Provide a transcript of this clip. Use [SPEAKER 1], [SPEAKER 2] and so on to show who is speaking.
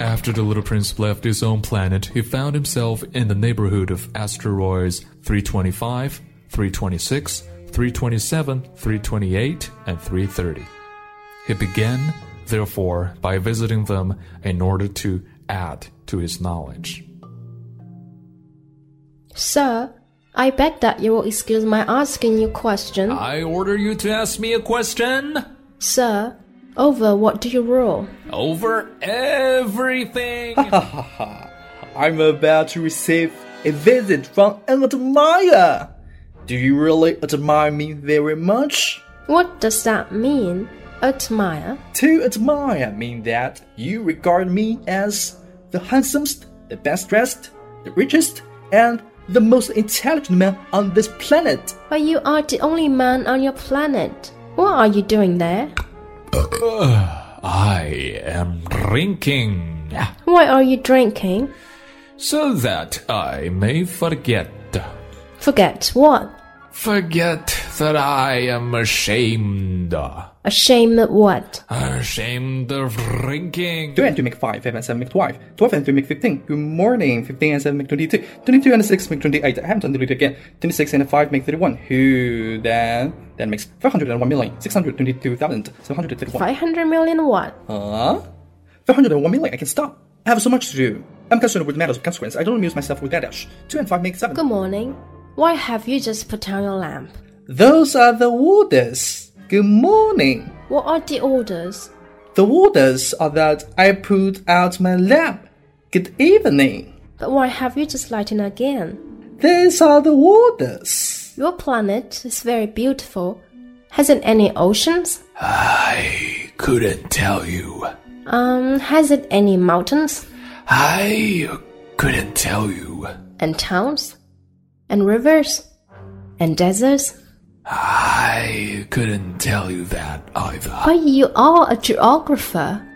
[SPEAKER 1] After the little prince left his own planet, he found himself in the neighborhood of asteroids 325, 326, 327, 328, and 330. He began, therefore, by visiting them in order to add to his knowledge.
[SPEAKER 2] Sir, I beg that you will excuse my asking you question.
[SPEAKER 1] I order you to ask me a question
[SPEAKER 2] Sir, over what do you rule?
[SPEAKER 1] over everything.
[SPEAKER 3] I'm about to receive a visit from an admirer. Do you really admire me very much?
[SPEAKER 2] What does that mean? Admire?
[SPEAKER 3] To admire means that you regard me as the handsomest, the best dressed, the richest, and the most intelligent man on this planet.
[SPEAKER 2] But you are the only man on your planet. What are you doing there?
[SPEAKER 1] Uh, I am drinking
[SPEAKER 2] Why are you drinking?
[SPEAKER 1] so that I may forget.
[SPEAKER 2] Forget what?
[SPEAKER 1] Forget that I am ashamed.
[SPEAKER 2] Ashamed of what?
[SPEAKER 1] Ashamed of drinking.
[SPEAKER 3] 3 and 2 make 5, 5 and 7 make 12, 12 and 3 make 15, good morning, 15 and 7 make 22, 22 and 6 make 28, I haven't done it again, 26 and 5 make 31, who then? That makes 501 million, 622,731.
[SPEAKER 2] 500 million what?
[SPEAKER 3] Huh? 501 million, I can stop. I have so much to do. I'm concerned with matters of consequence, I don't amuse myself with that dash. 2 and 5 make 7.
[SPEAKER 2] Good morning. Why have you just put down your lamp?
[SPEAKER 3] Those are the orders. Good morning.
[SPEAKER 2] What are the orders?
[SPEAKER 3] The orders are that I put out my lamp. Good evening.
[SPEAKER 2] But why have you just lighted again?
[SPEAKER 3] These are the orders.
[SPEAKER 2] Your planet is very beautiful. Has it any oceans?
[SPEAKER 1] I couldn't tell you.
[SPEAKER 2] Um, has it any mountains
[SPEAKER 1] I couldn't tell you.
[SPEAKER 2] and towns and rivers and deserts?
[SPEAKER 1] I couldn't tell you that either.
[SPEAKER 2] But you are a geographer.